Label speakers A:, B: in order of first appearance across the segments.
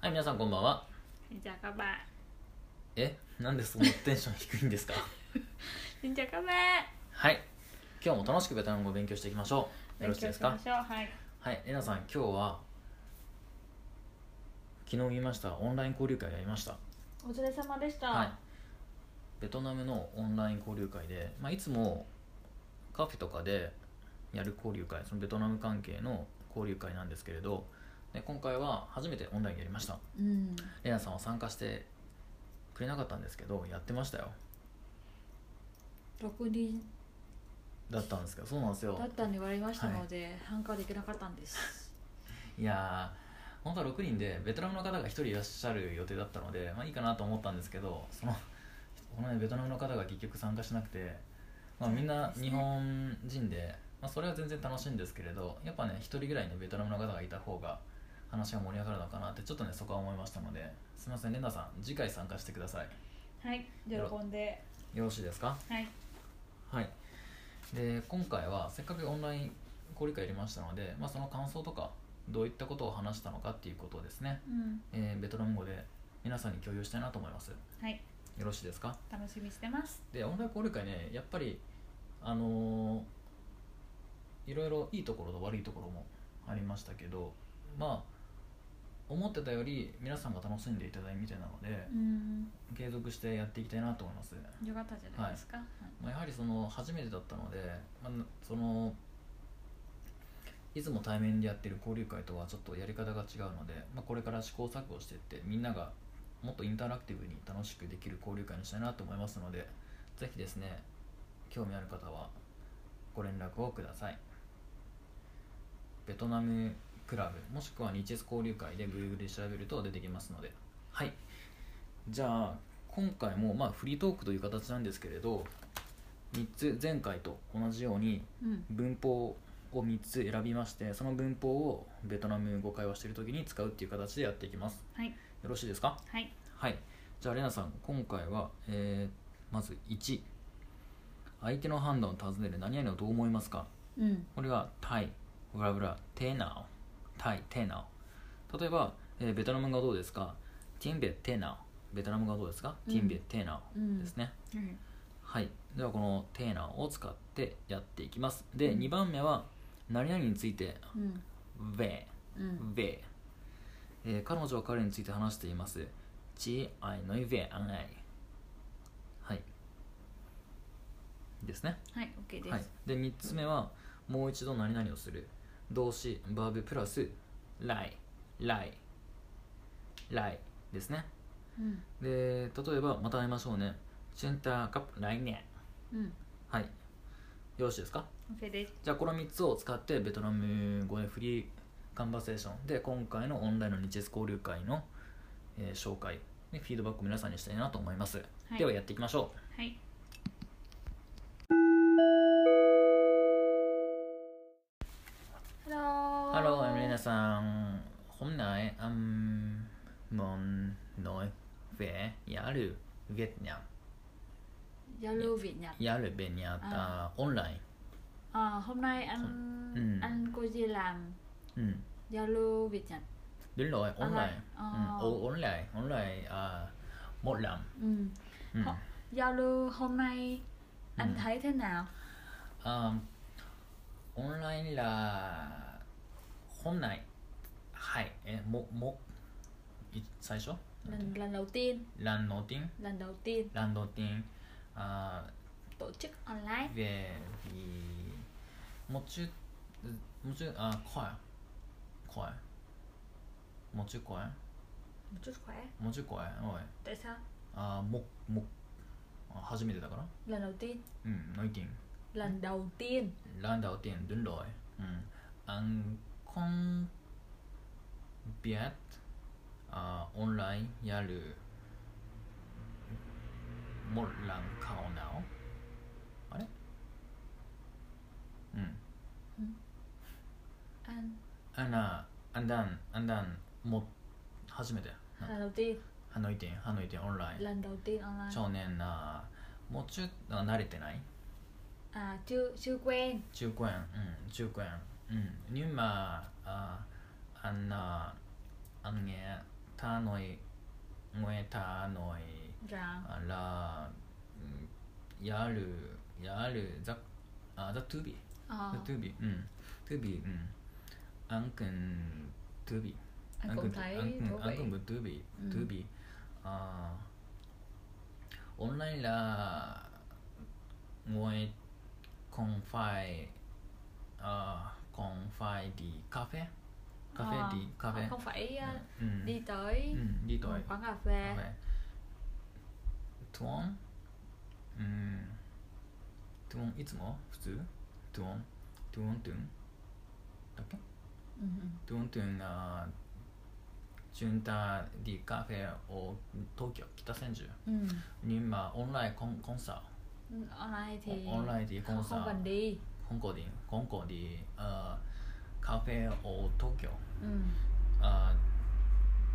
A: はい皆さんこんばんは
B: Xin chào các bạn
A: えなんでそのテンション低いんですか
B: Xin chào các bạn
A: はい今日も楽しくベトナム語を勉強していきましょうよろしいですか
B: 勉強しましょうはい
A: はいえなさん今日は昨日見ましたオンライン交流会やりました
B: お疲れ様でした、
A: はいベトナムのオンライン交流会で、まあ、いつもカフェとかでやる交流会そのベトナム関係の交流会なんですけれどで今回は初めてオンラインやりました
B: うん、
A: レナさんは参加してくれなかったんですけどやってましたよ
B: 6人
A: だったんですけどそうなんですよ
B: だったんで割りました
A: はい
B: ので、参加できなかったんです
A: いやー本当は6人でベトナムの方が1人いらっしゃる予定だったので、まあ、いいかなと思ったんですけどそのこの、ね、ベトナムの方が結局参加しなくて、まあ、みんな日本人で、まあ、それは全然楽しいんですけれどやっぱね1人ぐらいのベトナムの方がいた方が話が盛り上がるのかなってちょっとねそこは思いましたのですいませんレナさん次回参加してください
B: はい喜んで
A: よろしいですか
B: はい
A: はい、で今回はせっかくオンライン交流会やりましたので、まあ、その感想とかどういったことを話したのかっていうことをですね、
B: うん
A: えーベトナム語で皆さんに共有したいなと思いますよ
B: はい
A: ろしいですか
B: 楽しみにしてます
A: でオンライン交流会ねやっぱりあのーいろいろいいところと悪いところもありましたけどまあ思ってたより皆さんが楽しんでいただいたみたいなので
B: うん
A: 継続してやっていきたいなと思います
B: よかったじゃないですか、はい
A: まあ、やはりその初めてだったので、まあ、そのいつも対面でやってる交流会とはちょっとやり方が違うので、まあ、これから試行錯誤していってみんながもっとインタラクティブに楽しくできる交流会にしたいなと思いますのでぜひですね興味ある方はご連絡をくださいベトナムクラブもしくは日越交流会で Google で調べると出てきますのではいじゃあ今回もまあフリートークという形なんですけれど3つ前回と同じように
B: うん
A: 文法を3つ選びましてその文法をベトナム語会話してる時に使うっていう形でやっていきます
B: はい
A: よろしいですか
B: はい
A: はいじゃあレナさん今回は、えーまず1相手の判断を尋ねる何々をどう思いますか
B: うん
A: これがタイブラブラテナオタイテナオ例えば、えーベトナム語はどうですかティンベテナオベトナム語はどうですか、
B: うん
A: ティンベテナ
B: う
A: オ
B: ん
A: ですね、
B: うん
A: はい、ではこのテーナーを使ってやっていきますで
B: うん
A: 2番目は何々について
B: うん
A: 「べ」
B: う
A: 「
B: ん
A: べ」えー彼女は彼について話しています「ちあいのいべあんあい」はいですね
B: はい OK です、
A: はい、で3つ目はもう一度何々をする動詞バーブプラス「らい」「らい」「らい」ですね
B: うん
A: で例えばまた会いましょうね「チェンターカップ来年」
B: うん
A: はい。よろしいですか
B: OK です
A: じゃあこの3つを使ってベトナム語でフリーカンバセーションで今回のオンラインの日越交流会の、えー紹介でフィードバックを皆さんにしたいなと思います、
B: はい
A: ではやっていきましょう
B: はいハロー
A: Hello, I'm Lena さん Hôm nay I'm muốn nói về giáo dục Việt Nam
B: giao lưu Việt Nhật
A: giáo dục Việt Nam
B: À.
A: uh, online
B: à, hôm nay anh
A: Ừ.
B: anh cô Di làm
A: ừ.
B: giao lưu Việt Nhật
A: đúng rồi online
B: À.
A: ừ. online online à, một lần
B: ừ.
A: ừ.
B: Ho- giao lưu hôm nay anh thấy thế nào
A: Ờ, online là hôm nay hai một một ít- sai số
B: lần lần đầu tiên
A: lần đầu tiên
B: lần đầu tiên
A: lần đầu tiên à,
B: tổ chức online
A: về vì một chút một chút à, khỏe khỏe một chút khỏe
B: một chút khỏe
A: một chút khỏe rồi
B: tại sao
A: à, một một à, 初めてだから
B: lần đầu tiên
A: うん、nói chuyện Ừ.
B: lần đầu tiên
A: lần đầu tiên đúng rồi ừ. anh không biết à, online giao lưu một lần khảo não à đấy ừ.
B: anh
A: anh à, anh đang anh đang một 初めて
B: lần đầu tiên
A: Hà Nội tiền Hà Nội tiền online
B: lần đầu tiên online
A: Ừ. cho nên là một chút à, 慣れてない
B: à chưa chưa quen
A: chưa quen ừ, chưa quen 嗯呃 ừ. nhưng mà à, anh à, anh nghe 他noi mueta noi
B: Dạ.
A: あら、嗯うん、やる、やる、ザ、あ、ザ・トゥービー。
B: Ờ,
A: ザ・トゥービー。うん。トゥービー、うん。アン君、トゥービー。
B: anh
A: 君
B: cũng thấy
A: アン君
B: thú
A: アン
B: vị. Ừ.
A: 君、
B: Ờ,
A: トゥービ
B: うん
A: ー。トゥービー。あー、オンラインら、もえ、コンファイ、あー、コンファイディ、カフェカフ
B: Ờ,
A: ェディ、カフ
B: họ
A: ェ。
B: Không phải ờ,
A: うん。
B: ừ, đi tới
A: うん、ディトイ
B: một。quán cà phê.
A: Ouais. t o n
B: Ừ.
A: うん。トゥオンいつも普通トゥオン。トゥオントゥン。だっけ
B: Ừ, ừ.
A: トゥオントゥンが、チュンタディカフェを東京北千住
B: Ừ.
A: に今オンラインコンコンサ
B: Ừ, Online
A: ー
B: thì
A: ト。オンラインディコ
B: không,
A: ンサ
B: không
A: ー
B: cần đi.
A: 香港で、香港で、あーカフェを東京。
B: Ừ.
A: あ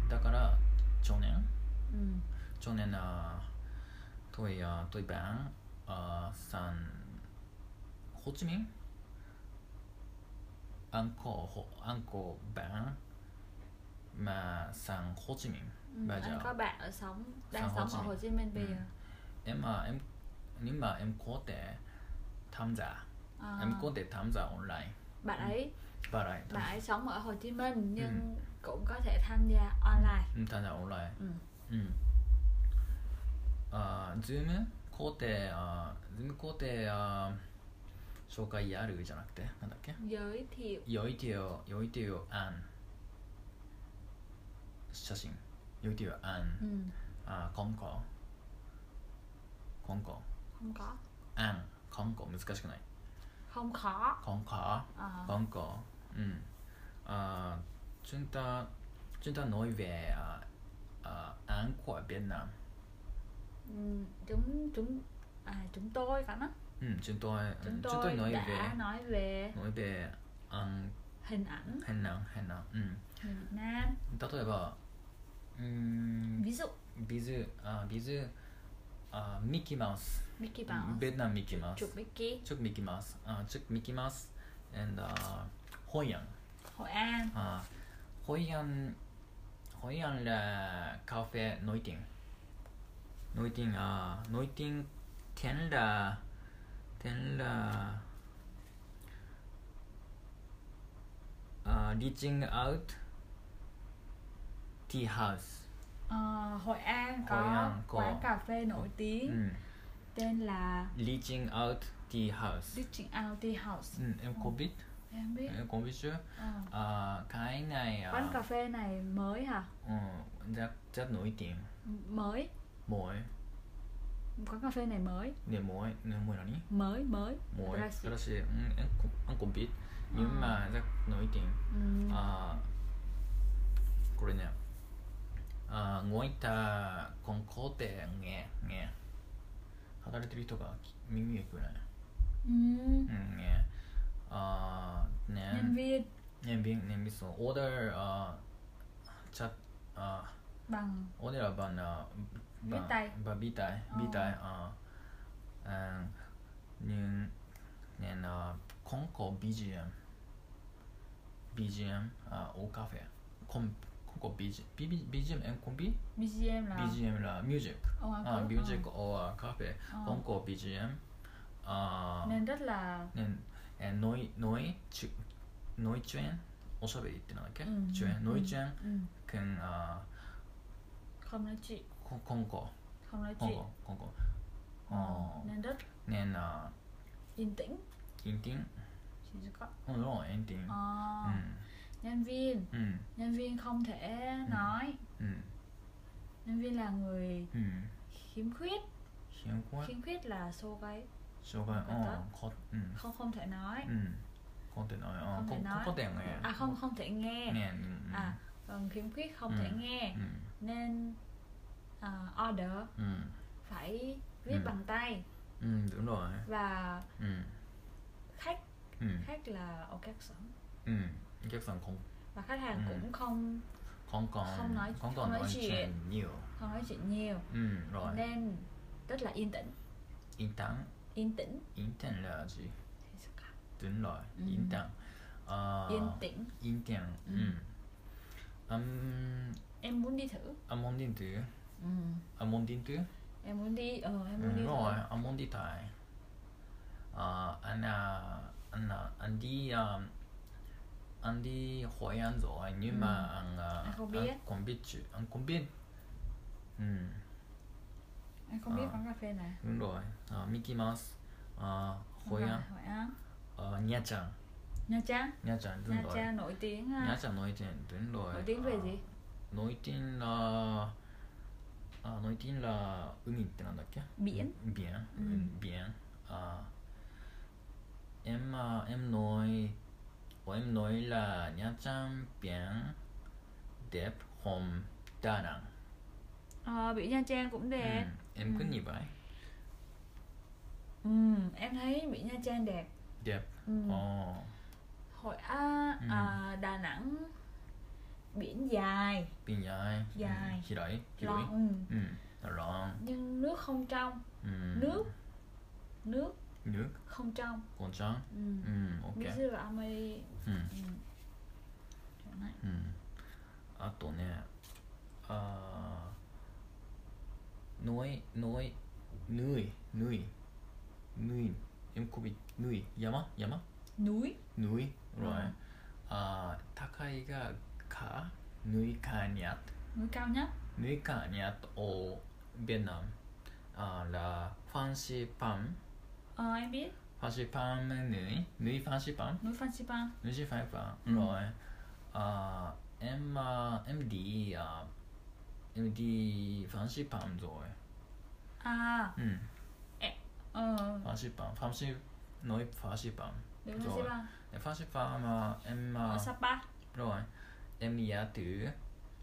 A: ーだから、去年
B: Ừ.
A: cho nên là tôi à, tôi bán ở sàn Hồ Chí Minh ăn cổ ăn cổ bán mà sàn Hồ Chí Minh
B: Ừ,
A: bây
B: anh
A: giờ
B: có bạn ở sống đang
A: Sao Hồ
B: sống
A: Chí
B: ở
A: Minh?
B: Hồ Chí Minh bây
A: Ừ.
B: giờ.
A: em à, em nhưng mà em có thể tham gia
B: Ờ,
A: em có thể tham gia online
B: bạn ấy
A: và lại tham,
B: bạn ấy sống ở Hồ Chí Minh nhưng cũng có thể tham gia online.
A: ừ, tham gia online
B: Ừ.
A: ừ. à, Zoom こうてあ Zoom こうてあ紹介やるじゃなくてなんだっけ
B: Giới thiệu
A: よいてよ、よいてよ、あん。写真。よいてよ、あん。
B: ừ.
A: あ、コンコ。コンコ。
B: không có
A: あん。コンコ。難しくない。
B: không khó
A: コンコ。
B: Ờ,
A: コンコ。うん。あ、チュンタ、チュンタノイベア、あ、アンコア、ベナム。
B: ừ, chúng chúng à, chúng tôi phải nói
A: うん、チュントイ、チ
B: Ừ, chúng
A: ュン
B: tôi
A: トイノイベ
B: đã nói về
A: ノイベア、ン、
B: hình ảnh
A: ヘンナン、ヘンナン。う
B: người Việt Nam
A: ん。例えば、うーん。
B: ví dụ
A: ビズ、あビズ、あミッキーマウス。
B: Mickey Mouse
A: ベトナムミッキーマウス
B: chụp。Mickey
A: チョクミッキーマウス。あチョクミッキーマウス。and あホイアン。
B: Hội An
A: あホイアン、ホイアンらカフェノイティン。ノイティン、あノイティン、テンラ、テンラ、あ reaching out tea house。
B: Ờ, Hội An có
A: Hội An có- Ừ.
B: quán cà phê nổi
A: う
B: tiếng
A: ん。
B: tên là
A: reaching out tea house。
B: Teaching Out Tea House
A: うん、えコビッ
B: em biết
A: えコビッシュ
B: Ờ,
A: あー買えないや
B: quán cà phê này mới hả
A: うんじゃじゃノイティン
B: mới
A: も
B: quán cà phê này mới
A: うねもうえねもう何
B: mới mới
A: もうえ新
B: Brazil.
A: しいうんえこあコビッ
B: あー
A: 今じゃノイティン
B: ừ.
A: あーこれねあー動いたコンコーテねね働いてる人がき耳が聞こえない
B: Ừ.
A: うんねあーね
B: nhân viên
A: ねびねびそうオーダーあーチャあー
B: bằng
A: Och det är bara när...
B: Bitai.
A: Bara bitai. Bitai, ja. 啊嗯 Nu... Men konko BGM. BGM ja, och kaffe. Kom- Konko BGM. BB BGM en kombi?
B: BGM là
A: BGM la music.
B: Ồ, à,
A: Ja,
B: có-
A: music och kaffe.
B: Ờ.
A: Konko BGM.
B: ờ.
A: Ja,
B: nên rất là
A: nen- en noi... Noi... chu- Noi chuen. おしゃべりってなんだっけ、
B: うん
A: チュエン、ノイチュエン
B: ừ,
A: 君、あ
B: không nói chuyện
A: ーココンコ、
B: không nói
A: 香港，
B: chuyện
A: 香港。
B: Ờ,
A: 哦，
B: nên rất
A: 那呢，
B: yên tĩnh
A: 金丁，
B: chỉ có
A: 我用安丁。
B: Ờ,
A: 嗯
B: nhân viên
A: 嗯
B: nhân viên không thể
A: Ừ.
B: nói
A: 嗯
B: nhân viên là người
A: 嗯，
B: khiếm khuyết
A: 行こう。
B: khiếm khuyết là số cái
A: 紹介、
B: Contact
A: うん、こ、うん、
B: không không thể nói
A: うん、コンテナよ、
B: không
A: こ
B: thể nói
A: コンテナよ。
B: à không không thể nghe
A: ね、うん、
B: à còn khiếm khuyết không thể
A: Ừ.
B: nghe
A: うん、
B: nên ờ, order
A: うん、
B: phải viết
A: Ừ.
B: bằng tay
A: うん、どうろ
B: và
A: うん、
B: khách
A: うん、
B: khách là ở các sở
A: うん、お客さん、こん、
B: và khách hàng
A: Ừ.
B: cũng không
A: こんこん、
B: Không nói-
A: こんこ
B: không
A: ん
B: nói
A: の
B: chuyện.
A: ンニュー。
B: không nói chuyện nhiều
A: うん、ろい。
B: nên rất là yên tĩnh
A: インタン、
B: yên tĩnh
A: インテンラージ、
B: Thì sao cả?
A: どんろ
B: うん
A: い。インタン。あー
B: yên tĩnh
A: 陰天
B: う
A: うんん、あん
B: em muốn đi thử
A: Anh muốn đi thử
B: ừ.
A: Anh muốn đi thử
B: em muốn đi ờ em muốn
A: Ừ,
B: đi
A: đúng
B: thử.
A: rồi, anh muốn đi Thái à, anh, à, anh, à, anh đi à, anh đi Hội An rồi nhưng
B: Ừ.
A: mà anh, à,
B: Anh không biết.
A: anh không biết chữ anh không biết ừ,
B: anh không biết
A: Ờ.
B: quán cà phê này
A: đúng rồi à, Mickey Mouse à,
B: Đúng
A: Hội
B: rồi,
A: An
B: Hội An
A: à, Nha Trang
B: Ờ, Nha Trang
A: Nha Trang đúng
B: Nha
A: rồi
B: Trang nổi tiếng ha.
A: Nha Trang nổi tiếng đúng rồi
B: nổi À. tiếng về gì
A: ノイティ
B: à,
A: ンラーあノイティンラー海ってなんだっけ
B: ビエン
A: ビエン、
B: うん
A: うん、ビエン
B: à.
A: あエンマエンノイオエンノイラーニャチャンビエンデプホンダナン
B: ờ biển Nha Trang cũng
A: うん
B: đẹp
A: エンクニバイ
B: ừ. em thấy biển Nha Trang đẹp
A: デ
B: ừ.
A: プおー
B: Hội An
A: Ừ.
B: à, Đà Nẵng biển dài Ừ,
A: ビンヤイ
B: ヤイ
A: うん広い広い
B: lon ừ.
A: うんロン
B: nhưng nước không trong
A: うん
B: ぬ nước
A: ぬ
B: không trong
A: ゴンちゃん
B: ừ.
A: うん
B: biết
A: OK
B: gì là Amari
A: うん
B: ừ. Chỗ này.
A: うん、あとねあーノイノイヌイヌイヌイエムコビヌイ山山
B: núi
A: ヌイロイ、
B: うん
A: あー高いがかヌイカニャッ
B: núi cao nhất
A: ヌイカニャットオーベナムあーラファンシーパン
B: ờ, em biết
A: ファンシーパンヌイヌイファンシーパン
B: núi Fansipan
A: Nu ser jag på.
B: Mm.
A: Rồi. À, em à, em đi à, em đi fancy pan rồi.
B: à
A: Ừ,
B: ờ
A: fancy pan, fancy nói fancy pan.
B: núi
A: Rồi.
B: Fansipan
A: Em fancy pan mà em
B: ở
A: à,
B: Sapa
A: rồi. Em giả từ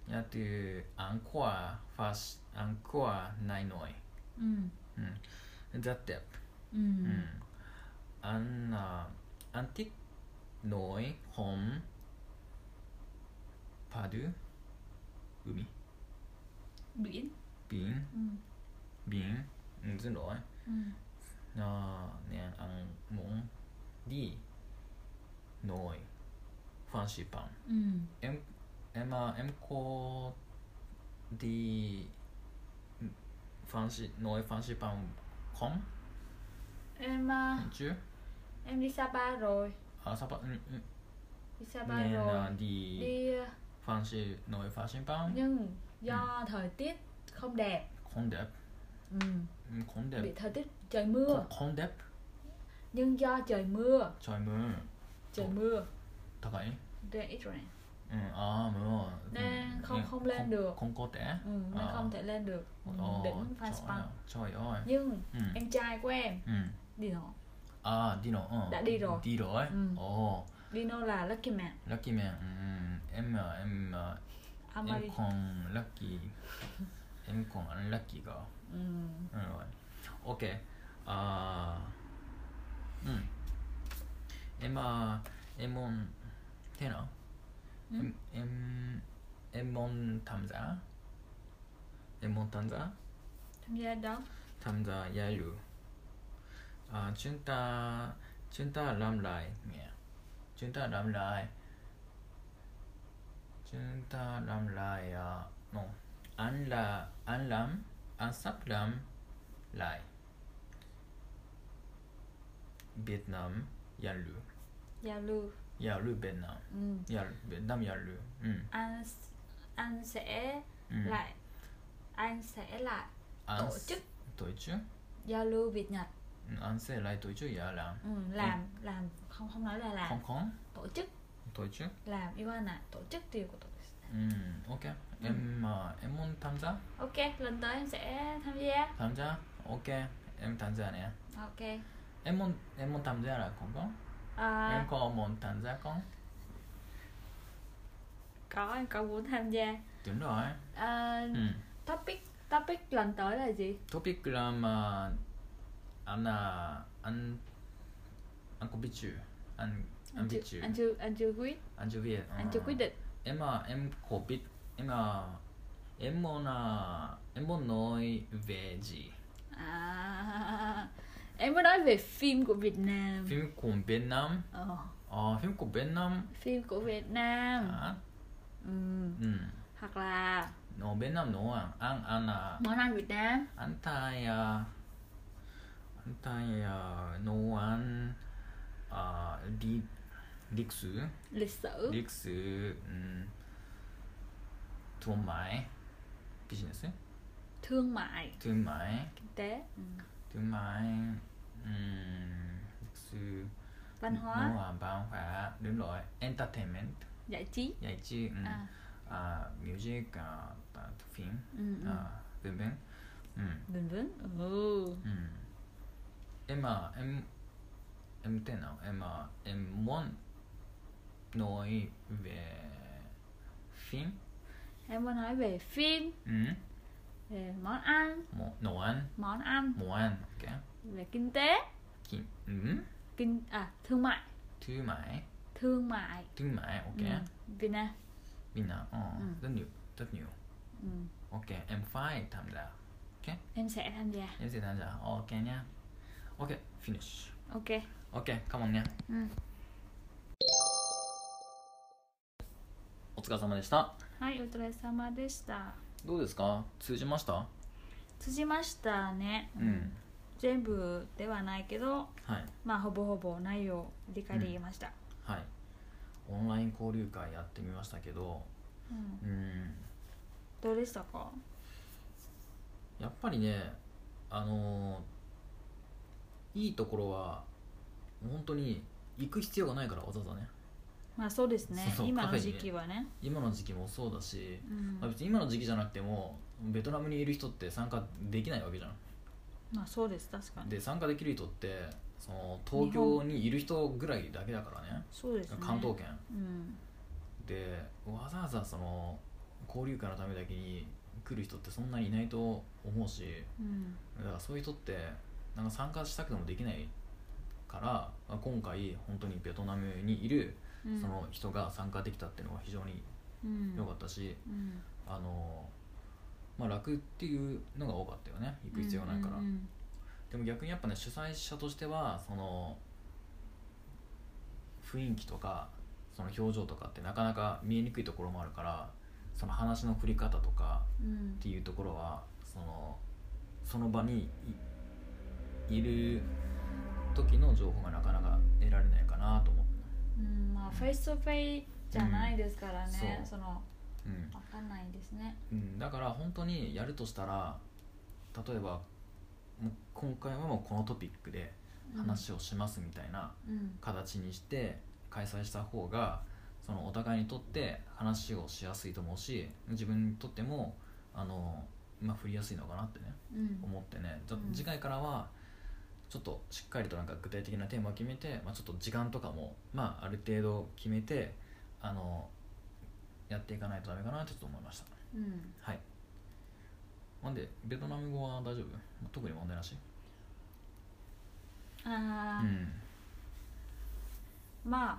A: giả từ ăn qua fast ăn qua này nói.
B: ừ.
A: Rất đẹp.
B: Ừ.
A: Ừ. Anh à, anh thích nói home Padu Umi
B: biển
A: Biển
B: ừ.
A: Biển ừ, Xin lỗi
B: Ừ.
A: à, nè, Anh muốn đi Nói Fancy pan
B: Ừ.
A: Em Em à, em có Đi Fancy Nói fancy pan Không
B: em à,
A: Chưa
B: em đi Sapa rồi
A: À sao bạn ừ, ừ.
B: đi Sapa
A: Nên
B: rồi
A: à, đi
B: đi à,
A: Fancy Nói fancy pan
B: nhưng do
A: Ừ.
B: thời tiết không đẹp
A: Không đẹp
B: ừ.
A: ừ, Ờ. Không đẹp
B: bị thời tiết trời mưa
A: Không, không đẹp
B: nhưng do trời mưa
A: Trời mưa
B: trời mưa
A: Thật ấy
B: nên ít rain
A: Ừ, à, đúng rồi.
B: Nên
A: Ừ,
B: không-
A: ừ,
B: không lên được.
A: Không có té.
B: ừ. nên
A: À.
B: không thể lên được ừ.
A: Ồ,
B: đỉnh
A: trời
B: Fansipan
A: ơi, Trời ơi.
B: nhưng
A: Ừ.
B: em trai của em
A: Ừ.
B: Dino
A: À, đi rồi. Ừ.
B: Đã đi rồi.
A: Đi rồi.
B: Ừ.
A: Ồ,
B: Dino là lucky man
A: lucky man. Ừ, ừ. Em à, em à,
B: Amari
A: em còn lucky. em còn unlucky cơ.
B: ừ.
A: Ừ, rồi. Ok. À, ừ. Em à, em muốn thế nào?
B: Ừ.
A: Em em em muốn tham gia. Em muốn tham gia.
B: tham gia đó
A: tham gia giao lưu à, chúng ta chúng ta làm lại nhé chúng ta làm lại chúng ta làm lại à, no. anh là anh làm anh sắp làm lại Việt Nam giao lưu
B: giao lưu
A: giao lưu Việt Nam
B: ừ.
A: giao Việt Nam giao lưu ừ.
B: anh s- anh sẽ
A: ừ.
B: lại anh sẽ lại
A: Anh
B: tổ
A: s-
B: chức.
A: tổ chức
B: giao lưu Việt Nhật
A: Ừ, anh sẽ lại tổ chức giao làm
B: ừ. làm làm không không nói là làm
A: không không
B: tổ chức
A: tổ chức
B: làm Iwana tổ chức điều của tổ chức
A: 음, 오케이. 엠, 어, 엠몬 탐사?
B: ok lần tới em sẽ tham gia
A: 탐사? 오케이. 엠 탐사네.
B: ok
A: 엠몬, 엠몬 탐사라, 그거?
B: à,
A: 엠코 몬 탐사, 거?
B: có em có muốn tham gia
A: Đúng rồi.
B: à,
A: 음.
B: topic topic lần tới là gì
A: 토픽 그럼 어, 안나 안 안코비츠 안
B: anh chưa
A: 안비츠
B: anh chưa anh chưa quyết
A: 안주비에 어.
B: anh chưa quyết định
A: 에마 엠코비 에마 엠모나 엠몬 노이 베지
B: À, em mới nói về phim của Việt Nam.
A: phim của Việt Nam
B: Ờ,
A: 어, ờ, phim của Việt Nam
B: phim của Việt Nam.
A: à,
B: Ừ.
A: 아, 음.
B: hoặc là
A: Nó bên Nam nó ăn ăn ăn à
B: món ăn Việt Nam
A: ăn thai à ăn thai à nó ăn à đi lịch sử
B: lịch sử
A: lịch sử um, thương mại business
B: thương mại
A: thương mại
B: kinh tế ừ.
A: thương mại um, lịch sử
B: văn
A: nó
B: hóa
A: là văn hóa đúng rồi entertainment
B: giải trí
A: giải trí um,
B: à,
A: à, music à, à, phim
B: ừ, ừ.
A: à, vân vân um,
B: vân vân ừ.
A: um. em à, em em tên nào em à, em muốn nói về phim
B: em muốn nói về phim
A: um,
B: về món ăn
A: một nấu ăn
B: món ăn
A: món ăn ok
B: về kinh tế
A: Ki- um,
B: kinh à thương mại
A: thương mại
B: thương mại
A: thương mại ok
B: ừ. Việt Nam
A: Vì nào? Ờ,
B: Ừ.
A: rất nhiều, rất nhiều.
B: ừ.
A: Ok, em phải tham gia.
B: em sẽ tham gia
A: Em sẽ tham gia. Ok nha. Ok, finish.
B: ok
A: Ok, come on ね。
B: ừ.
A: お疲れ様でした。
B: はいお疲れ様でした
A: どうですか通じました
B: 通じましたね、
A: うん。
B: 全部ではないけど
A: はい。
B: まあほぼほぼ内容理解できました、
A: はい。オンライン交流会やってみましたけど、
B: うん
A: うん。
B: どうでしたか
A: やっぱりね、あのーいいところは、本当に行く必要がないからわざわざね。
B: まあそうですね
A: そうそう
B: 今
A: カフ
B: の
A: ェにね
B: 時期はね
A: 今の時期もそうだし、
B: うん
A: まあ、別に今の時期じゃなくても、ベトナムにいる人って参加できないわけじゃん。
B: まあそうです確かに
A: で参加できる人ってその東京にいる人ぐらいだけだからね
B: そうですね
A: 関東圏
B: うん
A: でわざわざその交流会のためだけに来る人ってそんなにいないと思うし
B: うん
A: だからそういう人ってなんか参加したくてもできないからまあ今回本当にベトナムにいる
B: うん
A: その人が参加できたっていうのが非常に
B: うん
A: 良かったし、
B: うん
A: あのまあ楽っていうのが多かったよね行く必要がないから、
B: うんうん
A: でも逆にやっぱね主催者としてはその雰囲気とかその表情とかってなかなか見えにくいところもあるからその話の振り方とか
B: うん
A: っていうところはそのその場にいいる時の情報がなかなか得られないかなと思う、
B: うんまあフェイスとフェイじゃないですからね、
A: うん
B: その
A: うん
B: わかんないですね
A: うん、だから本当にやるとしたら例えばもう今回はもうこのトピックで話をしますみたいな、
B: うん
A: 形にして開催した方がそのお互いにとって話をしやすいと思うし自分にとってもあの、まあ、振りやすいのかなってね
B: うん
A: 思ってねちょ
B: うん
A: 次回からはちょっとしっかりとなんか具体的なテーマを決めて、まあ、ちょっと時間とかも、まあ、ある程度決めてあのやっていかないとダメかなってちょっと思いました
B: うん
A: はいなんでベトナム語は大丈夫特に問題なしう
B: あー
A: ん
B: まあ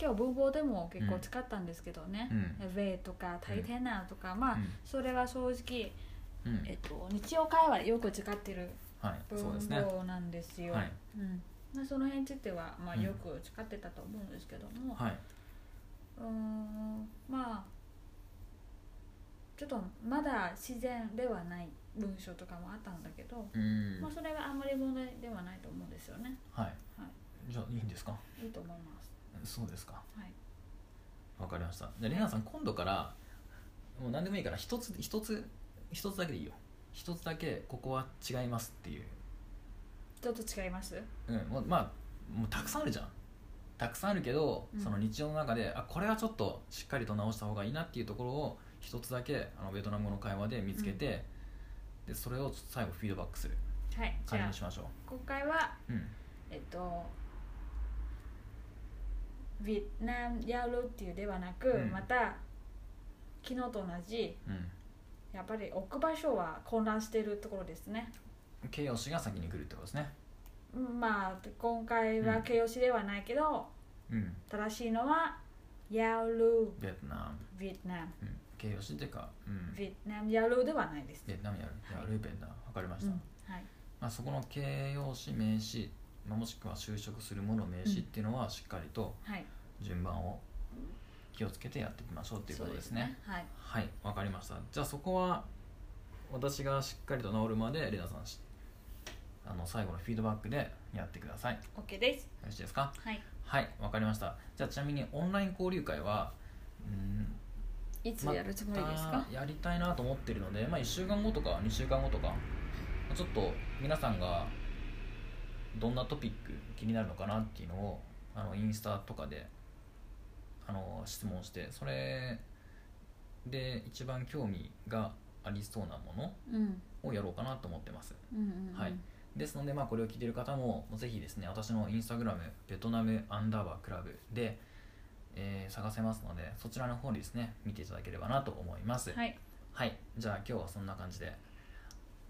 B: 今日文法でも結構使ったんですけどね
A: うん
B: 「上」とか「大変な」とかまあ
A: うん
B: それは正直、
A: うん
B: えっと、日常会話でよく使ってる
A: はい
B: 文
A: そうですね
B: 法なんですよ
A: はい
B: うんまあ、その辺については、まあ、
A: うん
B: よく使ってたと思うんですけども、
A: はいう
B: ーんまあちょっとまだ自然ではない文章とかもあったんだけど、
A: うん
B: まあ、それはあんまり問題ではないと思うんですよね
A: はい、
B: は
A: じゃあいいんですか
B: いいと思います
A: そうですか
B: はい
A: わかりましたでレナさん今度からもう何でもいいから一つ一つ一つだけでいいよ一つだけここは違いますっていう、
B: ちょっと違います
A: うん、もうまあもうたくさんあるじゃんたくさんあるけど、
B: うん
A: その日常の中であこれはちょっとしっかりと直した方がいいなっていうところを一つだけあのベトナム語の会話で見つけて、でそれを最後フィードバックする
B: はいじ
A: 感じ
B: ゃ
A: に
B: あ
A: しましょ
B: 今回は
A: ううん
B: えっと「ビッナムやる」っていうではなく、
A: うん
B: また昨日と同じ
A: うん
B: やっぱり置く場所は混乱しているところですね
A: 形容詞が先に来るってことですね
B: うんまあ今回
A: う
B: は
A: ん
B: 形容詞ではないけど、
A: うん
B: 正しいのは「やる
A: ベトナム、」
B: 「ビッナム
A: うん、形容詞っていうか、うん」
B: 「ビッナムやる」ではないです、
A: ベトナムやる、
B: はい
A: やるベトナム分かりまし
B: う
A: た、
B: んはい
A: まあ、そこの形容詞名詞、まあ、もしくは就職するもの名詞っていうのはしっかりと
B: はい
A: 順番を気をつけてやっていきましょうということですね
B: はい
A: はいわかりましたじゃあそこは私がしっかりと治るまでレナさんしあの最後のフィードバックでやってくださいよ
B: OK です
A: ろしいですか
B: はい
A: はいわかりましたじゃあちなみにオンライン交流会はうん
B: いつやるつもりですか
A: ま、たやりたいなと思ってるので、まあ、1週間後とか2週間後とかちょっと皆さんがどんなトピック気になるのかなっていうのをあのインスタとかであの質問してそれで一番興味がありそうなも
B: うん
A: のをやろうかなと思ってます
B: うんうんうん
A: はいですので、まあ、これを聞いてる方もぜひですね私のインスタグラムベトナムアンダーバークラブで、えー探せますのでそちらの方にですね見ていただければなと思います
B: はい
A: はい、じゃあ今日はそんな感じで
B: よ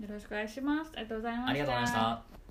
B: ろしくお願いしますありがとうございました
A: ありがとうございました